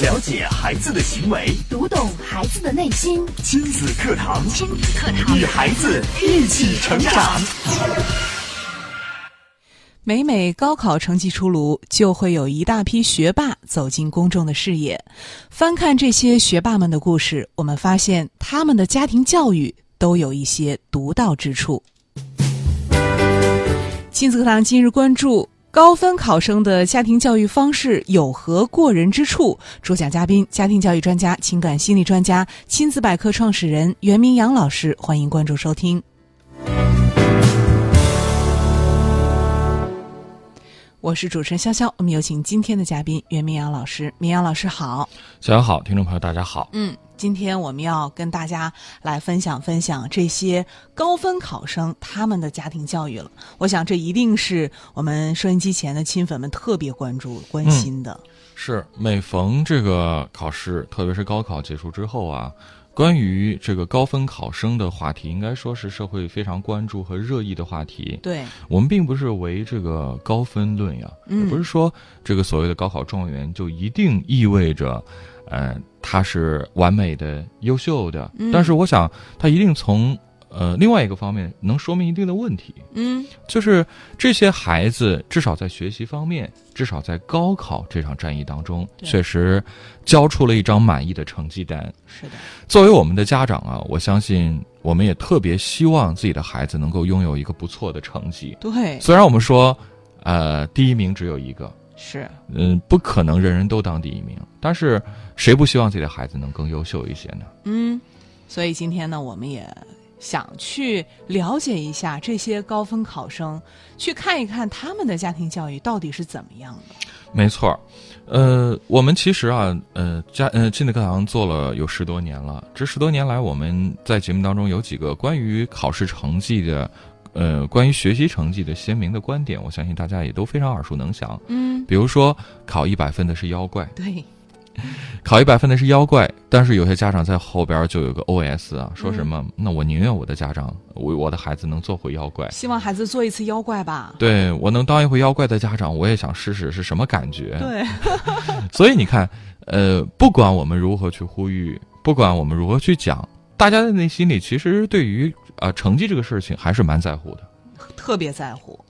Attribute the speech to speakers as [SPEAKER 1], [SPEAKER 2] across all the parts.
[SPEAKER 1] 了解孩子的行为，
[SPEAKER 2] 读懂孩子的内心。
[SPEAKER 1] 亲子课堂，
[SPEAKER 2] 亲子课堂
[SPEAKER 1] 与孩子一起成长。
[SPEAKER 3] 每每高考成绩出炉，就会有一大批学霸走进公众的视野。翻看这些学霸们的故事，我们发现他们的家庭教育都有一些独到之处。亲子课堂今日关注：高分考生的家庭教育方式有何过人之处？主讲嘉宾：家庭教育专家、情感心理专家、亲子百科创始人袁明阳老师。欢迎关注收听。我是主持人潇潇，我们有请今天的嘉宾袁明阳老师。明阳老师好，
[SPEAKER 4] 小杨好，听众朋友大家好。
[SPEAKER 3] 嗯，今天我们要跟大家来分享分享这些高分考生他们的家庭教育了。我想这一定是我们收音机前的亲粉们特别关注、关心的。
[SPEAKER 4] 是每逢这个考试，特别是高考结束之后啊，关于这个高分考生的话题，应该说是社会非常关注和热议的话题。
[SPEAKER 3] 对，
[SPEAKER 4] 我们并不是为这个高分论呀，
[SPEAKER 3] 嗯
[SPEAKER 4] 也不是说这个所谓的高考状元就一定意味着，呃，他是完美的、优秀的。
[SPEAKER 3] 嗯
[SPEAKER 4] 但是我想，他一定从呃另外一个方面能说明一定的问题。
[SPEAKER 3] 嗯
[SPEAKER 4] 就是这些孩子，至少在学习方面，至少在高考这场战役当中，
[SPEAKER 3] 对
[SPEAKER 4] 确实交出了一张满意的成绩单。
[SPEAKER 3] 是的，
[SPEAKER 4] 作为我们的家长啊，我相信我们也特别希望自己的孩子能够拥有一个不错的成绩。
[SPEAKER 3] 对，
[SPEAKER 4] 虽然我们说，呃，第一名只有一个，
[SPEAKER 3] 是
[SPEAKER 4] 嗯，不可能人人都当第一名，但是谁不希望自己的孩子能更优秀一些呢？
[SPEAKER 3] 嗯，所以今天呢，我们也想去了解一下这些高分考生，去看一看他们的家庭教育到底是怎么样的。
[SPEAKER 4] 没错儿，呃，我们其实啊，呃，家呃亲子课堂做了有十多年了。这十多年来，我们在节目当中有几个关于考试成绩的，呃，关于学习成绩的鲜明的观点，我相信大家也都非常耳熟能详。
[SPEAKER 3] 嗯，
[SPEAKER 4] 比如说，考一百分的是妖怪，
[SPEAKER 3] 对，
[SPEAKER 4] 考一百分的是妖怪，但是有些家长在后边就有个 OS 啊，说什么？那我宁愿我的家长，我我的孩子能做回妖怪。
[SPEAKER 3] 希望孩子做一次妖怪吧。
[SPEAKER 4] 对我能当一回妖怪的家长，我也想试试是什么感觉。
[SPEAKER 3] 对，
[SPEAKER 4] 所以你看，呃，不管我们如何去呼吁，不管我们如何去讲，大家的内心里其实对于啊、呃成绩这个事情还是蛮在乎的。
[SPEAKER 3] 特别在乎。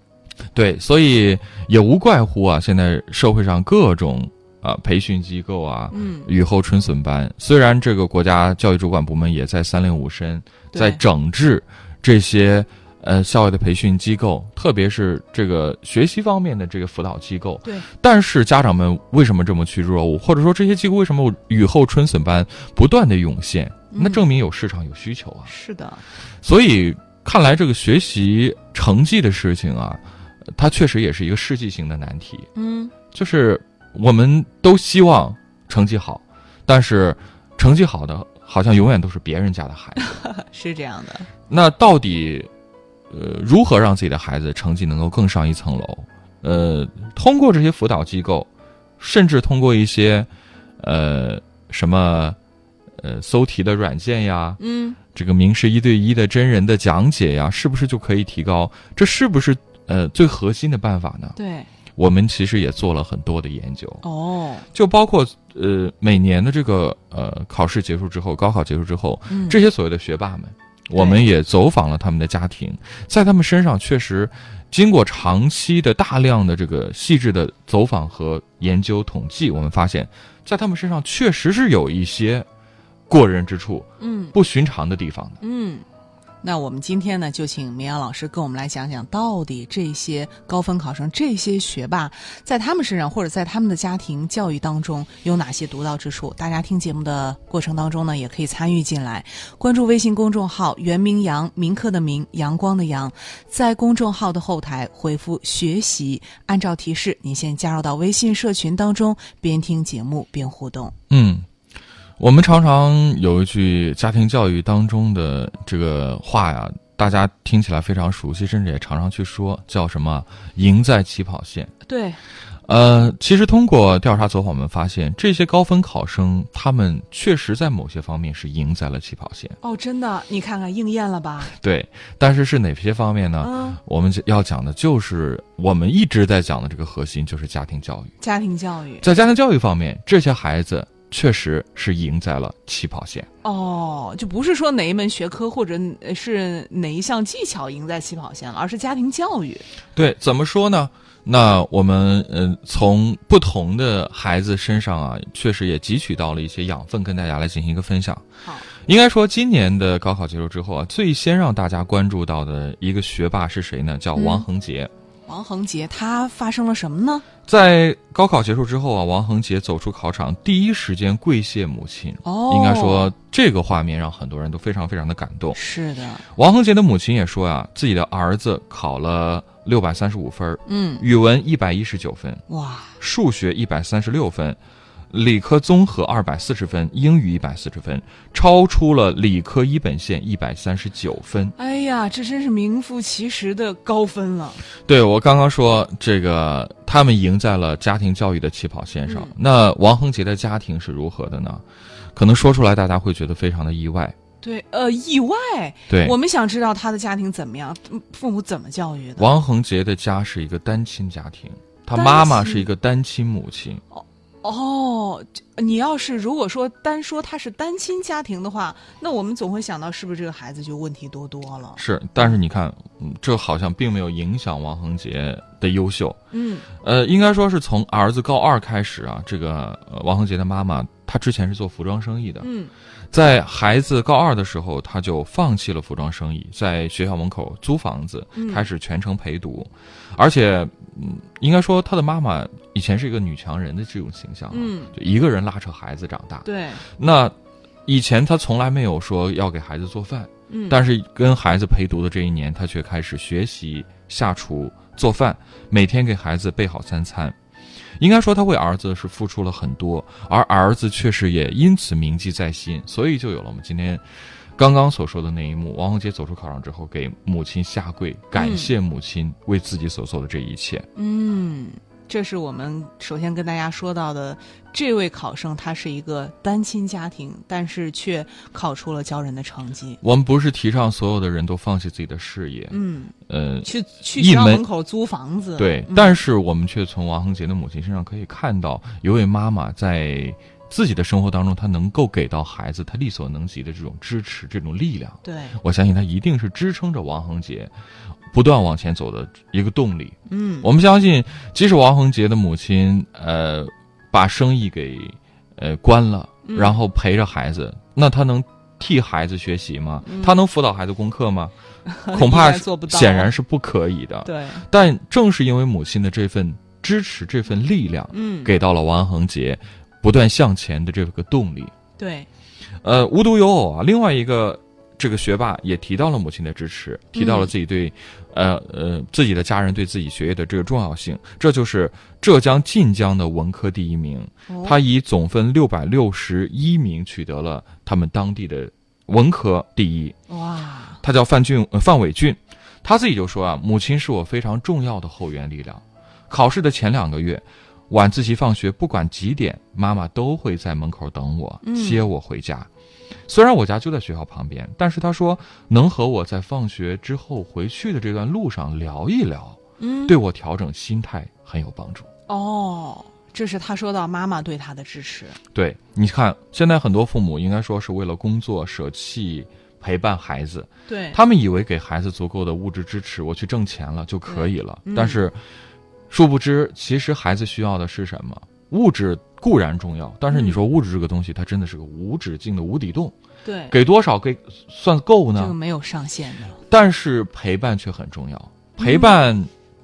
[SPEAKER 4] 对，所以也无怪乎啊，现在社会上各种啊、呃培训机构啊。
[SPEAKER 3] 嗯，
[SPEAKER 4] 雨后春笋般，虽然这个国家教育主管部门也在三令五申，
[SPEAKER 3] 对
[SPEAKER 4] 在整治这些呃校外的培训机构，特别是这个学习方面的这个辅导机构，
[SPEAKER 3] 对，
[SPEAKER 4] 但是家长们为什么这么趋之若鹜，或者说这些机构为什么雨后春笋般不断的涌现？那
[SPEAKER 3] 嗯
[SPEAKER 4] 证明有市场有需求啊。
[SPEAKER 3] 是的，
[SPEAKER 4] 所以看来这个学习成绩的事情啊，呃它确实也是一个世纪性的难题。
[SPEAKER 3] 嗯，
[SPEAKER 4] 就是我们都希望成绩好，但是成绩好的好像永远都是别人家的孩子。
[SPEAKER 3] 是这样的。
[SPEAKER 4] 那到底，呃，如何让自己的孩子成绩能够更上一层楼？呃，通过这些辅导机构，甚至通过一些，呃，什么，呃，搜题的软件呀，
[SPEAKER 3] 嗯，
[SPEAKER 4] 这个名师一对一的真人的讲解呀，是不是就可以提高？这是不是呃最核心的办法呢？
[SPEAKER 3] 对，
[SPEAKER 4] 我们其实也做了很多的研究，
[SPEAKER 3] 哦，
[SPEAKER 4] 就包括呃每年的这个呃考试结束之后，高考结束之后，
[SPEAKER 3] 嗯，
[SPEAKER 4] 这些所谓的学霸们，我们也走访了他们的家庭，在他们身上确实，经过长期的大量的这个细致的走访和研究统计，我们发现，在他们身上确实是有一些过人之处、
[SPEAKER 3] 嗯
[SPEAKER 4] 不寻常的地方的。
[SPEAKER 3] 嗯。那我们今天呢，就请明阳老师跟我们来讲讲，到底这些高分考生、这些学霸，在他们身上或者在他们的家庭教育当中有哪些独到之处？大家听节目的过程当中呢，也可以参与进来，关注微信公众号“袁明阳”，明课的明，阳光的阳，在公众号的后台回复“学习”，按照提示，您先加入到微信社群当中，边听节目边互动。
[SPEAKER 4] 嗯，我们常常有一句家庭教育当中的这个话呀，大家听起来非常熟悉，甚至也常常去说，叫什么“赢在起跑线
[SPEAKER 3] 对，”。
[SPEAKER 4] 呃，其实通过调查走访，我们发现这些高分考生，他们确实在某些方面是赢在了起跑线。
[SPEAKER 3] 哦，真的，你看看应验了吧？
[SPEAKER 4] 对，但是是哪些方面呢？
[SPEAKER 3] 嗯，
[SPEAKER 4] 我们要讲的就是我们一直在讲的这个核心，就是家庭教育。
[SPEAKER 3] 家庭教育，
[SPEAKER 4] 在家庭教育方面，这些孩子确实是赢在了起跑线。
[SPEAKER 3] 哦，就不是说哪一门学科或者呃是哪一项技巧赢在起跑线了，而是家庭教育。
[SPEAKER 4] 对，怎么说呢？那我们嗯，从不同的孩子身上啊，确实也汲取到了一些养分，跟大家来进行一个分享。
[SPEAKER 3] 好，
[SPEAKER 4] 应该说，今年的高考结束之后啊，最先让大家关注到的一个学霸是谁呢？叫
[SPEAKER 3] 嗯
[SPEAKER 4] 王恒杰。
[SPEAKER 3] 王恒杰他发生了什么呢？
[SPEAKER 4] 在高考结束之后啊，王恒杰走出考场，第一时间跪谢母亲。
[SPEAKER 3] 哦
[SPEAKER 4] 应该说这个画面让很多人都非常非常的感动。
[SPEAKER 3] 是的，
[SPEAKER 4] 王恒杰的母亲也说啊，自己的儿子考了六百三十五分儿，
[SPEAKER 3] 嗯，
[SPEAKER 4] 语文一百一十九分，
[SPEAKER 3] 哇，
[SPEAKER 4] 数学一百三十六分，理科综合二百四十分，英语一百四十分，超出了理科一本线一百三十九分。
[SPEAKER 3] 哎呀，这真是名副其实的高分了。
[SPEAKER 4] 对我刚刚说这个，他们赢在了家庭教育的起跑线上。
[SPEAKER 3] 嗯
[SPEAKER 4] 那王恒杰的家庭是如何的呢？可能说出来大家会觉得非常的意外。
[SPEAKER 3] 对，呃，意外，
[SPEAKER 4] 对
[SPEAKER 3] 我，们想知道他的家庭怎么样，嗯父母怎么教育的。
[SPEAKER 4] 王恒杰的家是一个单亲家庭，他
[SPEAKER 3] 单
[SPEAKER 4] 妈妈
[SPEAKER 3] 亲
[SPEAKER 4] 是一个单亲母亲。
[SPEAKER 3] 哦，这你要是如果说单说他是单亲家庭的话，那我们总会想到是不是这个孩子就问题多多了。
[SPEAKER 4] 是，但是你看，嗯这好像并没有影响王恒杰的优秀。
[SPEAKER 3] 嗯，
[SPEAKER 4] 呃，应该说是从儿子高二开始啊，这个、呃王恒杰的妈妈，她之前是做服装生意的，
[SPEAKER 3] 嗯，
[SPEAKER 4] 在孩子高二的时候，她就放弃了服装生意，在学校门口租房子，
[SPEAKER 3] 嗯
[SPEAKER 4] 开始全程陪读，而且，嗯，应该说她的妈妈以前是一个女强人的这种形象、啊，
[SPEAKER 3] 嗯，
[SPEAKER 4] 就一个人拉扯孩子长大。
[SPEAKER 3] 对，
[SPEAKER 4] 那以前她从来没有说要给孩子做饭，
[SPEAKER 3] 嗯，
[SPEAKER 4] 但是跟孩子陪读的这一年，他却开始学习下厨做饭，每天给孩子备好三餐。应该说，他为儿子是付出了很多，而儿子确实也因此铭记在心，所以就有了我们今天刚刚所说的那一幕：王宏杰走出考场之后，给母亲下跪，感谢母亲为自己所做的这一切。
[SPEAKER 3] 嗯，这是我们首先跟大家说到的，这位考生他是一个单亲家庭，但是却考出了骄人的成绩。
[SPEAKER 4] 我们不是提倡所有的人都放弃自己的事业，
[SPEAKER 3] 嗯，
[SPEAKER 4] 呃，
[SPEAKER 3] 去去
[SPEAKER 4] 一
[SPEAKER 3] 学校
[SPEAKER 4] 门
[SPEAKER 3] 门口租房子。
[SPEAKER 4] 对，
[SPEAKER 3] 嗯
[SPEAKER 4] 但是我们却从王恒杰的母亲身上可以看到，一位妈妈在自己的生活当中，她能够给到孩子她力所能及的这种支持、这种力量。
[SPEAKER 3] 对，
[SPEAKER 4] 我相信她一定是支撑着王恒杰不断往前走的一个动力。
[SPEAKER 3] 嗯，
[SPEAKER 4] 我们相信，即使王恒杰的母亲呃把生意给呃关了，
[SPEAKER 3] 嗯
[SPEAKER 4] 然 后陪着孩子，那她能替孩子学习吗？
[SPEAKER 3] 嗯
[SPEAKER 4] 她能辅导孩子功课吗？恐怕
[SPEAKER 3] 应该呃做不到
[SPEAKER 4] 显然是不可以的。
[SPEAKER 3] 对，
[SPEAKER 4] 但正是因为母亲的这份支持、这份力量，
[SPEAKER 3] 嗯，
[SPEAKER 4] 给到了王恒杰不断向前的这个动力。
[SPEAKER 3] 对，
[SPEAKER 4] 呃，无独有偶啊，另外一个这个学霸也提到了母亲的支持，提到了自己对，呃呃自己的家人对自己学业的这个重要性。这就是浙江晋江的文科第一名，
[SPEAKER 3] 哦
[SPEAKER 4] 他以总分六百六十一名取得了他们当地的文科第一。
[SPEAKER 3] 哇，
[SPEAKER 4] 他叫范俊、呃范伟俊，他自己就说啊，母亲是我非常重要的后援力量。考试的前两个月，晚自习放学不管几点，妈妈都会在门口等我，接我回家。虽然我家就在学校旁边，但是他说能和我在放学之后回去的这段路上聊一聊，
[SPEAKER 3] 嗯，
[SPEAKER 4] 对我调整心态很有帮助。
[SPEAKER 3] 哦，这是他说到妈妈对他的支持。
[SPEAKER 4] 对，你看，现在很多父母应该说是为了工作舍弃陪伴孩子，
[SPEAKER 3] 对，
[SPEAKER 4] 他们以为给孩子足够的物质支持，我去挣钱了就可以了。但是，殊不知，其实孩子需要的是什么？物质固然重要，但是你说物质这个东西，它真的是个无止境的无底洞，
[SPEAKER 3] 对
[SPEAKER 4] 给多少给算够
[SPEAKER 3] 这个
[SPEAKER 4] 呢？
[SPEAKER 3] 没有上限的。
[SPEAKER 4] 但是陪伴却很重要，陪伴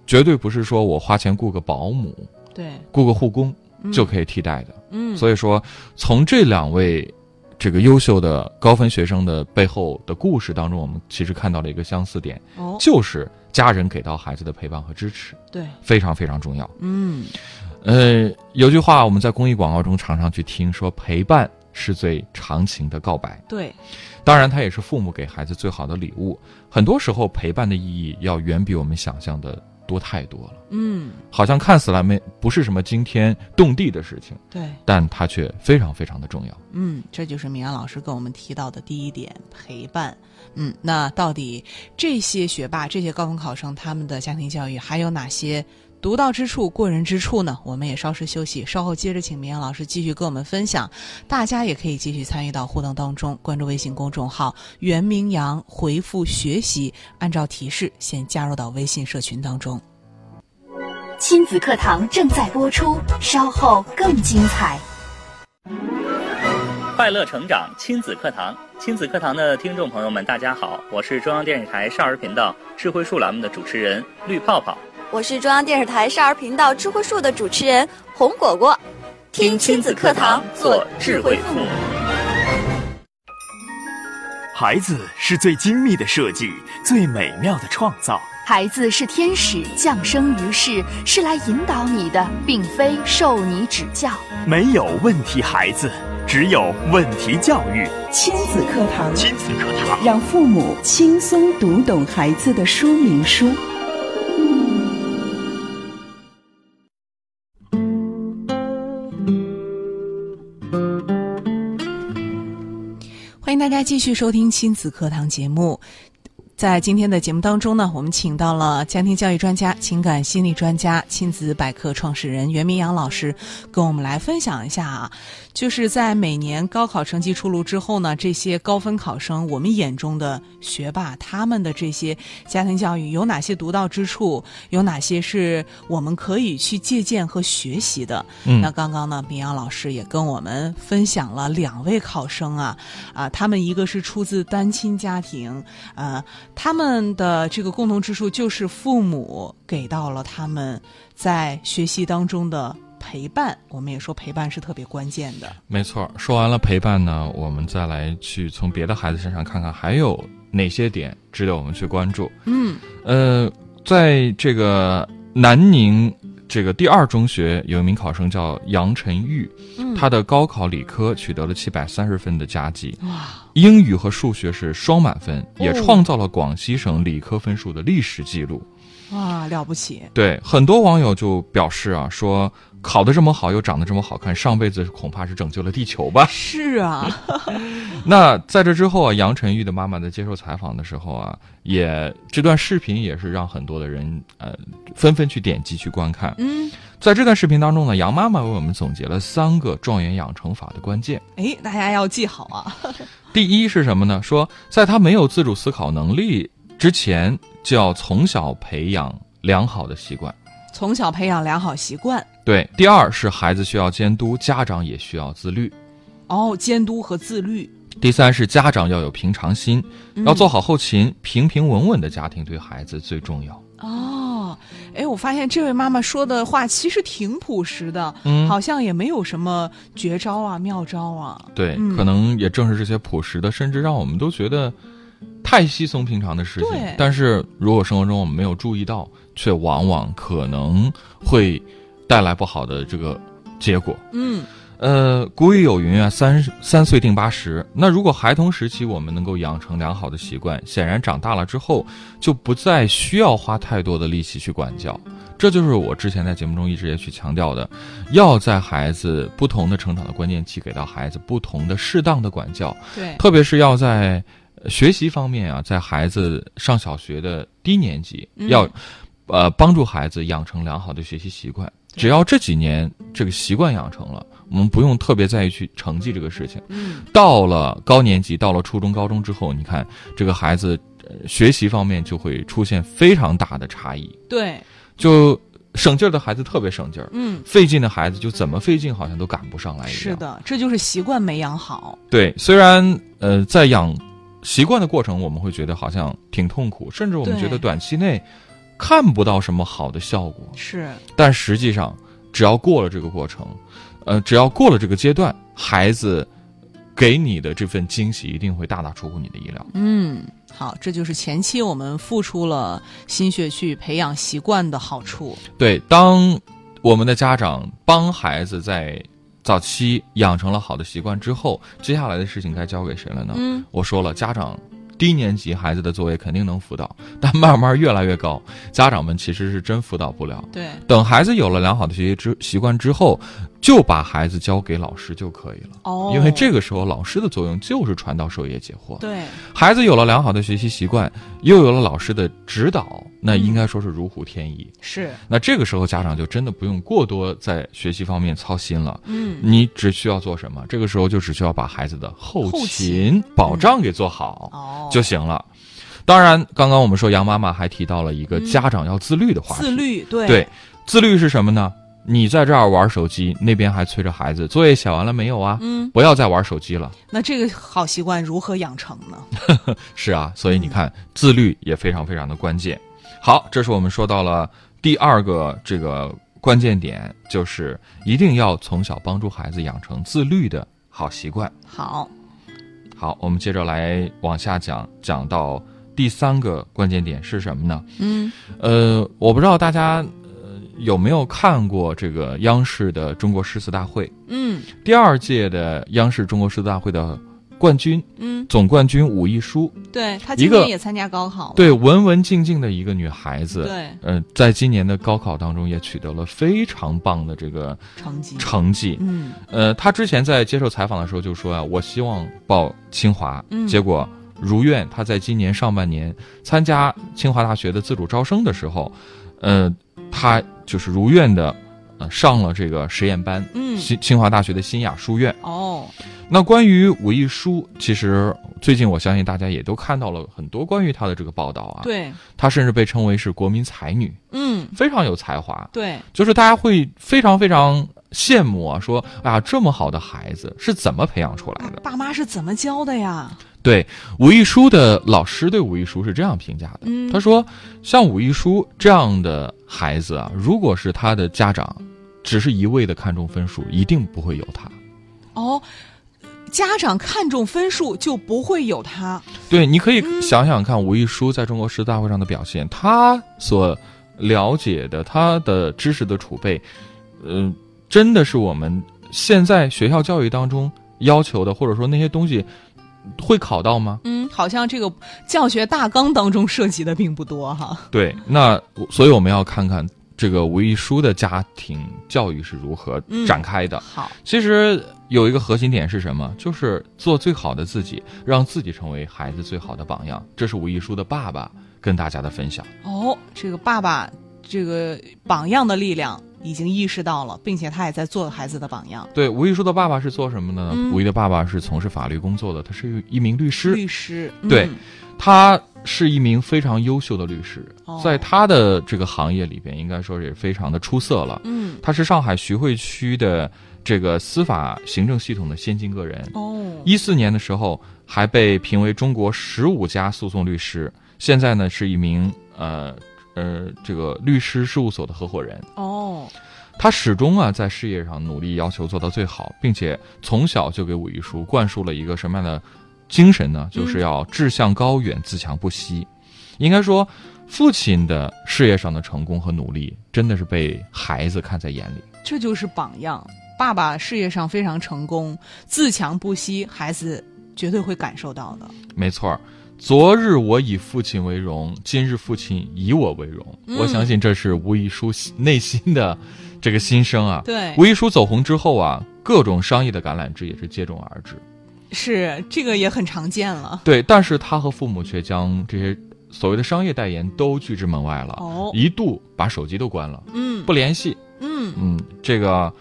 [SPEAKER 4] 绝对不是说我花钱雇个保姆、
[SPEAKER 3] 对，
[SPEAKER 4] 雇个护工就可以替代的。
[SPEAKER 3] 嗯，
[SPEAKER 4] 所以说，从这两位这个优秀的高分学生的背后的故事当中，我们其实看到了一个相似点，
[SPEAKER 3] 哦，
[SPEAKER 4] 就是家人给到孩子的陪伴和支持，
[SPEAKER 3] 对，
[SPEAKER 4] 非常非常重要。
[SPEAKER 3] 嗯，
[SPEAKER 4] 呃，有句话我们在公益广告中常常去听，说陪伴是最长情的告白。
[SPEAKER 3] 对，
[SPEAKER 4] 当然，它也是父母给孩子最好的礼物。很多时候，陪伴的意义要远比我们想象的多太多了。
[SPEAKER 3] 嗯，
[SPEAKER 4] 好像看似来没不是什么惊天动地的事情，
[SPEAKER 3] 对，
[SPEAKER 4] 但它却非常非常的重要。
[SPEAKER 3] 嗯，这就是明阳老师跟我们提到的第一点陪伴。嗯，那到底这些学霸、这些高中考生他们的家庭教育还有哪些独到之处，过人之处呢，我们也稍事休息，稍后接着请明阳老师继续跟我们分享。大家也可以继续参与到互动当中，关注微信公众号“袁明阳”，回复“学习”，按照提示先加入到微信社群当中。
[SPEAKER 2] 亲子课堂正在播出，稍后更精彩。
[SPEAKER 5] 快乐成长亲子课堂，亲子课堂的听众朋友们，大家好，我是中央电视台少儿频道智慧树栏目的主持人绿泡泡。
[SPEAKER 6] 我是中央电视台少儿频道智慧树的主持人红果果，听亲子课堂，做智慧父母。
[SPEAKER 1] 孩子是最精密的设计，最美妙的创造。
[SPEAKER 2] 孩子是天使降生于世，是来引导你的，并非受你指教。
[SPEAKER 1] 没有问题孩子，只有问题教育。
[SPEAKER 7] 亲子课堂，
[SPEAKER 1] 亲子课堂，
[SPEAKER 7] 让父母轻松读懂孩子的说明书。
[SPEAKER 3] 欢迎大家继续收听亲子课堂节目。在今天的节目当中呢，我们请到了家庭教育专家、情感心理专家、亲子百科创始人袁明阳老师，跟我们来分享一下啊，就是在每年高考成绩出炉之后呢，这些高分考生，我们眼中的学霸，他们的这些家庭教育有哪些独到之处，有哪些是我们可以去借鉴和学习的？
[SPEAKER 4] 嗯
[SPEAKER 3] 那刚刚呢，明阳老师也跟我们分享了两位考生啊，啊，他们一个是出自单亲家庭，呃，他们的这个共同之处就是父母给到了他们在学习当中的陪伴。我们也说陪伴是特别关键的。
[SPEAKER 4] 没错，说完了陪伴呢，我们再来去从别的孩子身上看看还有哪些点值得我们去关注。
[SPEAKER 3] 嗯
[SPEAKER 4] 呃，在这个南宁这个第二中学有一名考生叫杨晨玉，
[SPEAKER 3] 嗯
[SPEAKER 4] 他的高考理科取得了七百三十分的佳绩，
[SPEAKER 3] 哇，
[SPEAKER 4] 英语和数学是双满分，也
[SPEAKER 3] 哦
[SPEAKER 4] 创造了广西省理科分数的历史记录。
[SPEAKER 3] 哇，了不起！
[SPEAKER 4] 对，很多网友就表示啊，说考得这么好，又长得这么好看，上辈子恐怕是拯救了地球吧。
[SPEAKER 3] 是啊，
[SPEAKER 4] 那在这之后啊，杨晨玉的妈妈在接受采访的时候啊，也这段视频也是让很多的人呃纷纷去点击去观看。
[SPEAKER 3] 嗯，
[SPEAKER 4] 在这段视频当中呢，杨妈妈为我们总结了三个状元养成法的关键。
[SPEAKER 3] 哎，大家要记好啊。
[SPEAKER 4] 第一是什么呢？说在他没有自主思考能力之前，就要从小培养良好的习惯。
[SPEAKER 3] 从小培养良好习惯，
[SPEAKER 4] 对，第二是孩子需要监督，家长也需要自律。
[SPEAKER 3] 哦，监督和自律，
[SPEAKER 4] 第三是家长要有平常心，
[SPEAKER 3] 嗯
[SPEAKER 4] 要做好后勤，平平稳稳的家庭对孩子最重要。
[SPEAKER 3] 哦，哎，我发现这位妈妈说的话其实挺朴实的，
[SPEAKER 4] 嗯
[SPEAKER 3] 好像也没有什么绝招啊、妙招啊。
[SPEAKER 4] 对，
[SPEAKER 3] 嗯
[SPEAKER 4] 可能也正是这些朴实的，甚至让我们都觉得太稀松平常的事情
[SPEAKER 3] 对。
[SPEAKER 4] 但是如果生活中我们没有注意到，却往往可能会带来不好的这个结果。
[SPEAKER 3] 嗯，
[SPEAKER 4] 呃，古语有云啊，三三岁定八十。那如果孩童时期我们能够养成良好的习惯，显然长大了之后就不再需要花太多的力气去管教。这就是我之前在节目中一直也去强调的，要在孩子不同的成长的关键期给到孩子不同的适当的管教，
[SPEAKER 3] 对，
[SPEAKER 4] 特别是要在呃学习方面啊，在孩子上小学的低年级，
[SPEAKER 3] 嗯
[SPEAKER 4] 要呃帮助孩子养成良好的学习习惯。只要这几年这个习惯养成了，我们不用特别在意去成绩这个事情。
[SPEAKER 3] 嗯，
[SPEAKER 4] 到了高年级，到了初中、高中之后，你看这个孩子、呃学习方面就会出现非常大的差异。
[SPEAKER 3] 对，
[SPEAKER 4] 就省劲儿的孩子特别省劲儿，
[SPEAKER 3] 嗯，
[SPEAKER 4] 费劲的孩子就怎么费劲好像都赶不上来一样。
[SPEAKER 3] 是的，这就是习惯没养好。
[SPEAKER 4] 对，虽然呃，在养习惯的过程，我们会觉得好像挺痛苦，甚至我们
[SPEAKER 3] 对
[SPEAKER 4] 觉得短期内看不到什么好的效果，
[SPEAKER 3] 是，
[SPEAKER 4] 但实际上，只要过了这个过程，呃，只要过了这个阶段，孩子给你的这份惊喜一定会大大出乎你的意料。
[SPEAKER 3] 嗯，好，这就是前期我们付出了心血去培养习惯的好处。
[SPEAKER 4] 对，当我们的家长帮孩子在早期养成了好的习惯之后，接下来的事情该交给谁了呢？
[SPEAKER 3] 嗯，
[SPEAKER 4] 我说了，家长低年级孩子的作业肯定能辅导，但慢慢越来越高，家长们其实是真辅导不了。
[SPEAKER 3] 对，
[SPEAKER 4] 等孩子有了良好的学习之习惯之后，就把孩子交给老师就可以了。
[SPEAKER 3] 哦
[SPEAKER 4] 因为这个时候老师的作用就是传道授业解惑。
[SPEAKER 3] 对，
[SPEAKER 4] 孩子有了良好的学习习惯，又有了老师的指导，那应该说是如虎添翼。
[SPEAKER 3] 是，
[SPEAKER 4] 那这个时候家长就真的不用过多在学习方面操心了。
[SPEAKER 3] 嗯，
[SPEAKER 4] 你只需要做什么？这个时候就只需要把孩子的后
[SPEAKER 3] 后嗯
[SPEAKER 4] 勤保障给做好
[SPEAKER 3] 哦，
[SPEAKER 4] 就行了。当然，刚刚我们说杨妈妈还提到了一个家长要自律的话
[SPEAKER 3] 嗯
[SPEAKER 4] 题。
[SPEAKER 3] 自，律，对
[SPEAKER 4] 对，自律是什么呢？你在这儿玩手机，那边还催着孩子作业写完了没有啊？
[SPEAKER 3] 嗯，
[SPEAKER 4] 不要再玩手机了。
[SPEAKER 3] 那这个好习惯如何养成呢？
[SPEAKER 4] 是啊，所以你看，自律也非常非常的关键。好，这是我们说到了第二个这个关键点，就是一定要从小帮助孩子养成自律的好习惯。
[SPEAKER 3] 好，
[SPEAKER 4] 好，我们接着来往下讲，讲到第三个关键点是什么呢？
[SPEAKER 3] 嗯，
[SPEAKER 4] 呃，我不知道大家呃有没有看过这个央视的中国诗词大会
[SPEAKER 3] 嗯，
[SPEAKER 4] 第二届的央视中国诗词大会的冠军
[SPEAKER 3] 嗯，
[SPEAKER 4] 总冠军武亦姝，
[SPEAKER 3] 对他
[SPEAKER 4] 一
[SPEAKER 3] 今
[SPEAKER 4] 个
[SPEAKER 3] 年也参加高考了，
[SPEAKER 4] 对，文文静静的一个女孩子，
[SPEAKER 3] 对，
[SPEAKER 4] 呃，在今年的高考当中也取得了非常棒的这个
[SPEAKER 3] 成绩，
[SPEAKER 4] 成绩。
[SPEAKER 3] 嗯，
[SPEAKER 4] 呃，她之前在接受采访的时候就说啊，我希望报清华，
[SPEAKER 3] 嗯
[SPEAKER 4] 结果如愿。她在今年上半年参加清华大学的自主招生的时候，呃，她就是如愿的，呃，上了这个实验班，
[SPEAKER 3] 嗯
[SPEAKER 4] 清清华大学的新雅书院。
[SPEAKER 3] 哦，
[SPEAKER 4] 那关于武亦姝，其实最近我相信大家也都看到了很多关于她的这个报道啊。，
[SPEAKER 3] 对，
[SPEAKER 4] 她甚至被称为是国民才女，
[SPEAKER 3] 嗯，
[SPEAKER 4] 非常有才华。
[SPEAKER 3] 对，
[SPEAKER 4] 就是大家会非常非常羡慕啊，说啊这么好的孩子是怎么培养出来
[SPEAKER 3] 啊
[SPEAKER 4] 的？
[SPEAKER 3] 爸妈是怎么教的呀？
[SPEAKER 4] 对武亦姝的老师对武亦姝是这样评价的，
[SPEAKER 3] 嗯
[SPEAKER 4] 他说像武亦姝这样的孩子啊，如果是他的家长只是一味的看重分数，一定不会有他。
[SPEAKER 3] 哦，家长看重分数就不会有他。
[SPEAKER 4] 对，你可以想想看武亦姝在中国诗大会上的表现，他所了解的，他的知识的储备，嗯、真的是我们现在学校教育当中要求的，或者说那些东西会考到吗？
[SPEAKER 3] 嗯，好像这个教学大纲当中涉及的并不多哈。
[SPEAKER 4] 对，那所以我们要看看这个吴亦姝的家庭教育是如何
[SPEAKER 3] 嗯
[SPEAKER 4] 展开的。
[SPEAKER 3] 好，
[SPEAKER 4] 其实有一个核心点是什么？就是做最好的自己，让自己成为孩子最好的榜样。这是吴亦姝的爸爸跟大家的分享。
[SPEAKER 3] 哦，这个爸爸这个榜样的力量已经意识到了，并且他也在做孩子的榜样。
[SPEAKER 4] 对，吴亦姝的爸爸是做什么的呢？
[SPEAKER 3] 嗯
[SPEAKER 4] 吴亦的爸爸是从事法律工作的，他是一名律师，
[SPEAKER 3] 律师，
[SPEAKER 4] 对
[SPEAKER 3] 嗯
[SPEAKER 4] 他是一名非常优秀的律师，
[SPEAKER 3] 哦
[SPEAKER 4] 在他的这个行业里边，应该说是非常的出色了。
[SPEAKER 3] 嗯，
[SPEAKER 4] 他是上海徐汇区的这个司法行政系统的先进个人。
[SPEAKER 3] 哦，
[SPEAKER 4] 一四年的时候，还被评为中国十五家诉讼律师。现在呢，是一名呃呃这个律师事务所的合伙人。
[SPEAKER 3] 哦，
[SPEAKER 4] 他始终啊在事业上努力，要求做到最好，并且从小就给武亦姝灌输了一个什么样的精神呢？就是要志向高远，自强不息。应该说，父亲的事业上的成功和努力，真的是被孩子看在眼里。
[SPEAKER 3] 这就是榜样。爸爸事业上非常成功，自强不息，孩子绝对会感受到的。
[SPEAKER 4] 没错儿，昨日我以父亲为荣，今日父亲以我为荣。
[SPEAKER 3] 嗯
[SPEAKER 4] 我相信这是吴亦姝内心的这个心声啊。
[SPEAKER 3] 对，
[SPEAKER 4] 吴亦姝走红之后啊，各种商业的橄榄枝也是接踵而至。
[SPEAKER 3] 是这个也很常见了。
[SPEAKER 4] 对，但是他和父母却将这些所谓的商业代言都拒之门外了，
[SPEAKER 3] 哦，
[SPEAKER 4] 啊一度把手机都关了，
[SPEAKER 3] 嗯
[SPEAKER 4] 不联系。
[SPEAKER 3] 嗯，
[SPEAKER 4] 嗯，这个，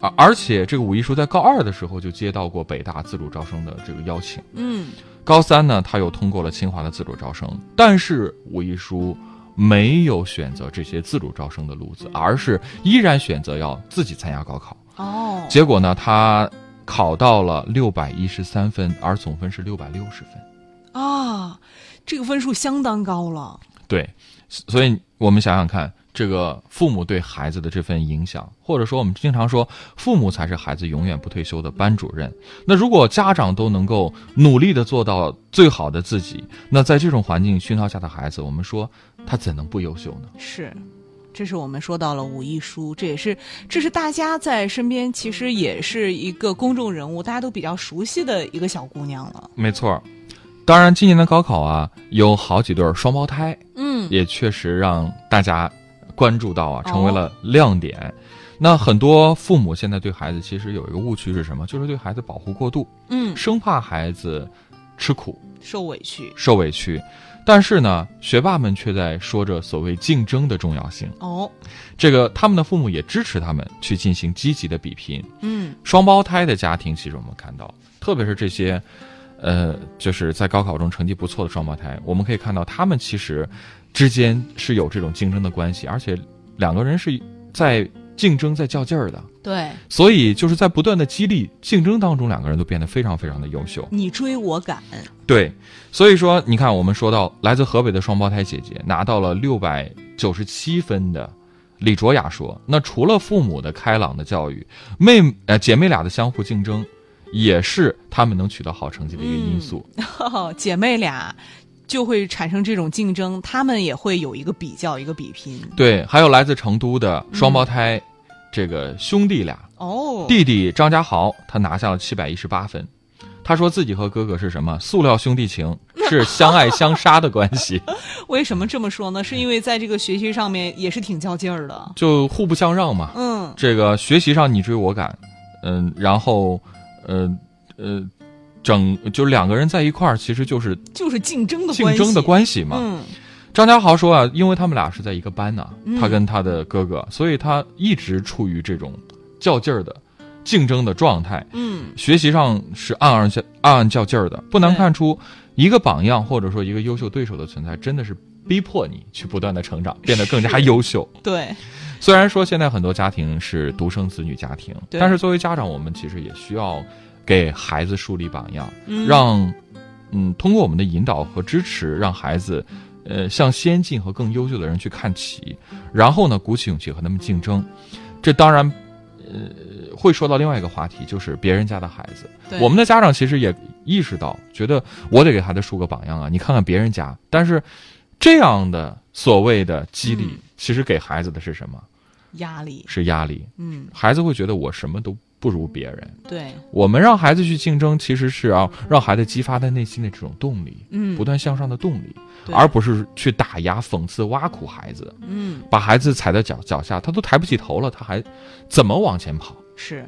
[SPEAKER 4] 而而且这个武亦姝在高二的时候就接到过北大自主招生的这个邀请，
[SPEAKER 3] 嗯，
[SPEAKER 4] 高三呢他又通过了清华的自主招生，但是武亦姝。没有选择这些自主招生的路子，而是依然选择要自己参加高考。
[SPEAKER 3] 哦，
[SPEAKER 4] 结果呢，他考到了六百一十三分，而总分是六百六十分。
[SPEAKER 3] 啊，这个分数相当高了。
[SPEAKER 4] 对，所所以我们想想看，这个父母对孩子的这份影响，或者说我们经常说，父母才是孩子永远不退休的班主任。那如果家长都能够努力的做到最好的自己，那在这种环境熏陶下的孩子，我们说他怎能不优秀呢？
[SPEAKER 3] 是，这是我们说到了武亦姝，这也是这是大家在身边其实也是一个公众人物，大家都比较熟悉的一个小姑娘了。
[SPEAKER 4] 没错儿，当然今年的高考啊，有好几对儿双胞胎，
[SPEAKER 3] 嗯，
[SPEAKER 4] 也确实让大家关注到啊，成为
[SPEAKER 3] 哦
[SPEAKER 4] 了亮点。那很多父母现在对孩子其实有一个误区是什么？就是对孩子保护过度，
[SPEAKER 3] 嗯，
[SPEAKER 4] 生怕孩子吃苦、
[SPEAKER 3] 受委屈
[SPEAKER 4] 受委屈。但是呢，学霸们却在说着所谓竞争的重要性。
[SPEAKER 3] 哦，
[SPEAKER 4] 这个他们的父母也支持他们去进行积极的比拼。
[SPEAKER 3] 嗯
[SPEAKER 4] 双胞胎的家庭，其实我们看到，特别是这些，呃，就是在高考中成绩不错的双胞胎，我们可以看到他们其实之间是有这种竞争的关系，而且两个人是在竞争、在较劲儿的。
[SPEAKER 3] 对
[SPEAKER 4] 所以就是在不断的激励竞争当中，两个人都变得非常非常的优秀。
[SPEAKER 3] 你追我赶，
[SPEAKER 4] 对，所以说你看，我们说到来自河北的双胞胎姐姐拿到了六百九十七分的李卓雅说，那除了父母的开朗的教育，妹呃姐妹俩的相互竞争，也是她们能取得好成绩的一个因素。
[SPEAKER 3] 嗯姐妹俩就会产生这种竞争，她们也会有一个比较，一个比拼。
[SPEAKER 4] 对，还有来自成都的双胞胎，这个兄弟俩，
[SPEAKER 3] 哦，
[SPEAKER 4] 弟弟张家豪，他拿下了七百一十八分。他说自己和哥哥是什么塑料兄弟情，是相爱相杀的关系，
[SPEAKER 3] 为什么这么说呢？
[SPEAKER 4] 嗯
[SPEAKER 3] 是因为在这个学习上面也是挺较劲儿的。
[SPEAKER 4] 就互不相让嘛。
[SPEAKER 3] 嗯，
[SPEAKER 4] 这个学习上你追我赶，嗯，然后，呃呃，整就是两个人在一块儿，其实就是
[SPEAKER 3] 就是竞争的
[SPEAKER 4] 竞争的关系嘛。
[SPEAKER 3] 嗯
[SPEAKER 4] 张家豪说啊，因为他们俩是在一个班呐、
[SPEAKER 3] 嗯
[SPEAKER 4] 他跟他的哥哥，所以他一直处于这种较劲儿的竞争的状态。
[SPEAKER 3] 嗯，
[SPEAKER 4] 学习上是暗暗较暗暗较劲儿的，不难
[SPEAKER 3] 对
[SPEAKER 4] 看出一个榜样或者说一个优秀对手的存在，真的是逼迫你去不断的成长，变得更加优秀。
[SPEAKER 3] 对，
[SPEAKER 4] 虽然说现在很多家庭是独生子女家庭，
[SPEAKER 3] 对
[SPEAKER 4] 但是作为家长，我们其实也需要给孩子树立榜样，
[SPEAKER 3] 嗯
[SPEAKER 4] 让嗯通过我们的引导和支持，让孩子呃向先进和更优秀的人去看齐，然后呢鼓起勇气和他们竞争。这当然。呃，会说到另外一个话题，就是别人家的孩子。
[SPEAKER 3] 对
[SPEAKER 4] 我们的家长其实也意识到，觉得我得给孩子树个榜样啊！你看看别人家，但是这样的所谓的激励，
[SPEAKER 3] 嗯
[SPEAKER 4] 其实给孩子的是什么？
[SPEAKER 3] 压力，
[SPEAKER 4] 是压力，
[SPEAKER 3] 嗯，
[SPEAKER 4] 孩子会觉得我什么都不如别人。
[SPEAKER 3] 对，
[SPEAKER 4] 我们让孩子去竞争，其实是要让孩子激发他内心的这种动力，
[SPEAKER 3] 嗯，
[SPEAKER 4] 不断向上的动力，
[SPEAKER 3] 对
[SPEAKER 4] 而不是去打压、讽刺、挖苦孩子，
[SPEAKER 3] 嗯
[SPEAKER 4] 把孩子踩在脚脚下，他都抬不起头了，他还怎么往前跑？
[SPEAKER 3] 是，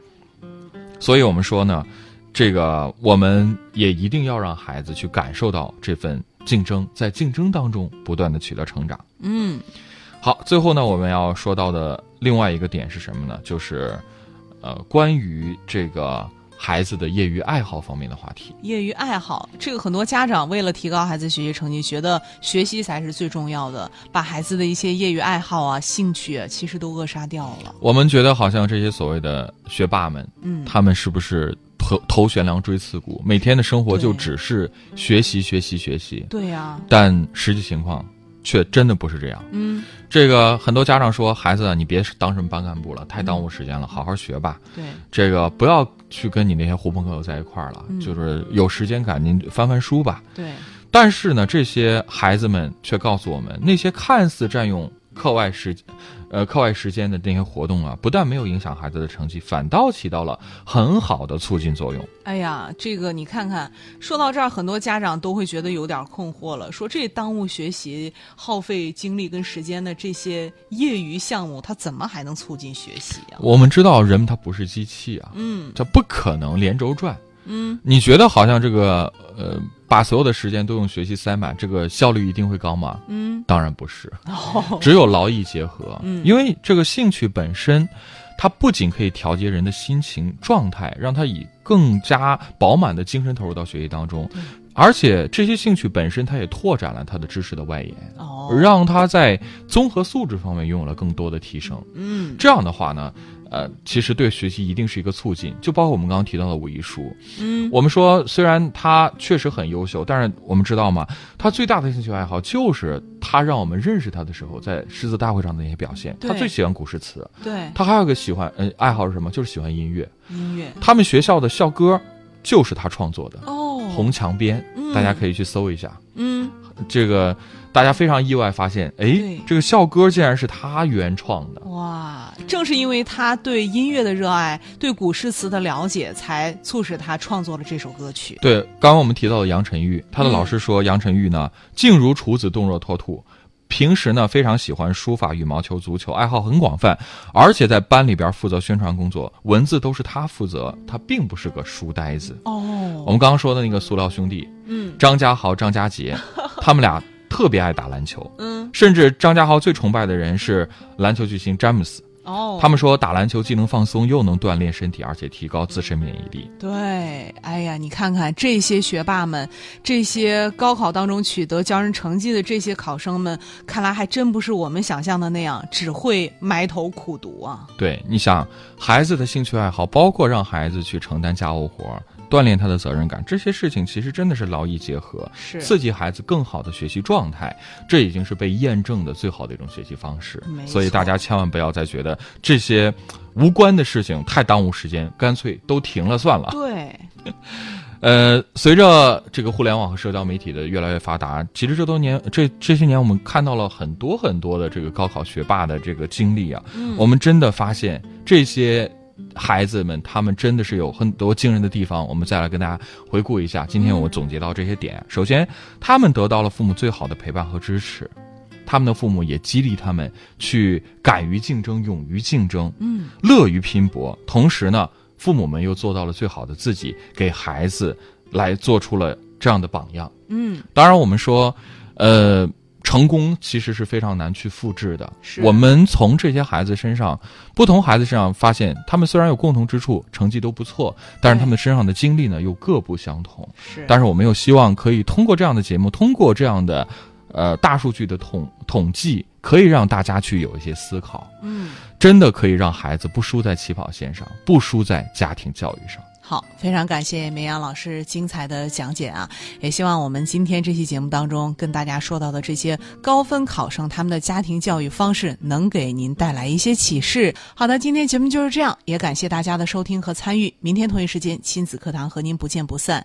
[SPEAKER 4] 所以我们说呢，这个我们也一定要让孩子去感受到这份竞争，在竞争当中不断的取得成长。
[SPEAKER 3] 嗯
[SPEAKER 4] 好，最后呢，我们要说到的另外一个点是什么呢？就是，呃，关于这个孩子的业余爱好方面的话题。
[SPEAKER 3] 业余爱好，这个很多家长为了提高孩子学习成绩，觉得学习才是最重要的，把孩子的一些业余爱好啊、兴趣啊，其实都扼杀掉了。
[SPEAKER 4] 我们觉得好像这些所谓的学霸们，
[SPEAKER 3] 嗯，
[SPEAKER 4] 他们是不是头头悬梁锥刺股，每天的生活就
[SPEAKER 3] 对
[SPEAKER 4] 只是学习、学习、学习？
[SPEAKER 3] 对啊呀、
[SPEAKER 4] 但实际情况却真的不是这样。
[SPEAKER 3] 嗯，
[SPEAKER 4] 这个很多家长说，孩子啊，你别当什么班干部了，太
[SPEAKER 3] 嗯
[SPEAKER 4] 耽误时间了，好好学吧。
[SPEAKER 3] 对，
[SPEAKER 4] 这个不要去跟你那些狐朋狗友在一块儿了，
[SPEAKER 3] 嗯
[SPEAKER 4] 就是有时间赶紧翻翻书吧。
[SPEAKER 3] 对，
[SPEAKER 4] 但是呢，这些孩子们却告诉我们，那些看似占用课外时，呃，课外时间的那些活动啊，不但没有影响孩子的成绩，反倒起到了很好的促进作用。
[SPEAKER 3] 哎呀，这个你看看，说到这儿，很多家长都会觉得有点困惑了，说这耽误学习、耗费精力跟时间的这些业余项目，它怎么还能促进学习啊？
[SPEAKER 4] 我们知道，人他不是机器啊，
[SPEAKER 3] 嗯
[SPEAKER 4] 他不可能连轴转。
[SPEAKER 3] 嗯，
[SPEAKER 4] 你觉得好像这个呃，把所有的时间都用学习塞满，这个效率一定会高吗？
[SPEAKER 3] 嗯，
[SPEAKER 4] 当然不是，
[SPEAKER 3] 哦，
[SPEAKER 4] 只有劳逸结合。
[SPEAKER 3] 嗯
[SPEAKER 4] 因为这个兴趣本身，它不仅可以调节人的心情状态，让他以更加饱满的精神投入到学习当中，而且这些兴趣本身，它也拓展了他的知识的外延，
[SPEAKER 3] 哦，
[SPEAKER 4] 让他在综合素质方面拥有了更多的提升。
[SPEAKER 3] 嗯
[SPEAKER 4] 这样的话呢，呃，其实对学习一定是一个促进。就包括我们刚刚提到的武艺书，
[SPEAKER 3] 嗯，
[SPEAKER 4] 我们说，虽然他确实很优秀，但是我们知道吗？他最大的兴趣爱好就是他让我们认识他的时候，在诗词大会上的那些表现。
[SPEAKER 3] 对
[SPEAKER 4] 他最喜欢古诗词，
[SPEAKER 3] 对，
[SPEAKER 4] 他还有一个喜欢，嗯、爱好是什么？就是喜欢音乐。
[SPEAKER 3] 音乐
[SPEAKER 4] 他们学校的校歌就是他创作的，
[SPEAKER 3] 哦，
[SPEAKER 4] 红墙边》，
[SPEAKER 3] 嗯
[SPEAKER 4] 大家可以去搜一下。
[SPEAKER 3] 嗯
[SPEAKER 4] 这个大家非常意外发现，哎
[SPEAKER 3] 对，
[SPEAKER 4] 这个校歌竟然是他原创的。
[SPEAKER 3] 哇，正是因为他对音乐的热爱，对古诗词的了解，才促使他创作了这首歌曲。
[SPEAKER 4] 对，刚刚我们提到的杨晨玉，他的老师说杨晨玉呢，静如处子动若脱兔，平时呢非常喜欢书法、羽毛球、足球，爱好很广泛，而且在班里边负责宣传工作，文字都是他负责，他并不是个书呆子。我
[SPEAKER 3] 哦，
[SPEAKER 4] 们刚刚说的那个塑料兄弟，
[SPEAKER 3] 嗯
[SPEAKER 4] 张家豪、张家杰，他们俩特别爱打篮球，
[SPEAKER 3] 嗯，
[SPEAKER 4] 甚至张家豪最崇拜的人是篮球巨星詹姆斯。
[SPEAKER 3] 哦，
[SPEAKER 4] 他们说打篮球既能放松，又能锻炼身体，而且提高自身免疫力。
[SPEAKER 3] 对，哎呀，你看看这些学霸们，这些高考当中取得骄人成绩的这些考生们，看来还真不是我们想象的那样，只会埋头苦读啊。
[SPEAKER 4] 对，你想孩子的兴趣爱好，包括让孩子去承担家务活儿，锻炼他的责任感，这些事情其实真的是劳逸结合，
[SPEAKER 3] 是
[SPEAKER 4] 刺激孩子更好的学习状态，这已经是被验证的最好的一种学习方式
[SPEAKER 3] 没。
[SPEAKER 4] 所以
[SPEAKER 3] 错
[SPEAKER 4] 大家千万不要再觉得这些无关的事情太耽误时间，干脆都停了算了。
[SPEAKER 3] 对，
[SPEAKER 4] 呃，随着这个互联网和社交媒体的越来越发达，其实这多年这这些年，我们看到了很多很多的这个高考学霸的这个经历啊，我们真的发现这些。孩子们，他们真的是有很多惊人的地方。我们再来跟大家回顾一下，今天我总结到这些点。首先，他们得到了父母最好的陪伴和支持，他们的父母也激励他们去敢于竞争、勇于竞争。
[SPEAKER 3] 嗯，
[SPEAKER 4] 乐于拼搏，同时呢，父母们又做到了最好的自己，给孩子来做出了这样的榜样。
[SPEAKER 3] 嗯，
[SPEAKER 4] 当然，我们说，呃，成功其实是非常难去复制的。
[SPEAKER 3] 是
[SPEAKER 4] 我们从这些孩子身上，不同孩子身上发现，他们虽然有共同之处，成绩都不错，但是
[SPEAKER 3] 对
[SPEAKER 4] 他们身上的经历呢又各不相同。
[SPEAKER 3] 是，
[SPEAKER 4] 但是我们又希望可以通过这样的节目，通过这样的，呃，大数据的统统计，可以让大家去有一些思考。
[SPEAKER 3] 嗯。
[SPEAKER 4] 真的可以让孩子不输在起跑线上，不输在家庭教育上。
[SPEAKER 3] 好，非常感谢梅阳老师精彩的讲解啊！也希望我们今天这期节目当中跟大家说到的这些高分考生他们的家庭教育方式，能给您带来一些启示。好的，今天节目就是这样，也感谢大家的收听和参与。明天同一时间，亲子课堂和您不见不散。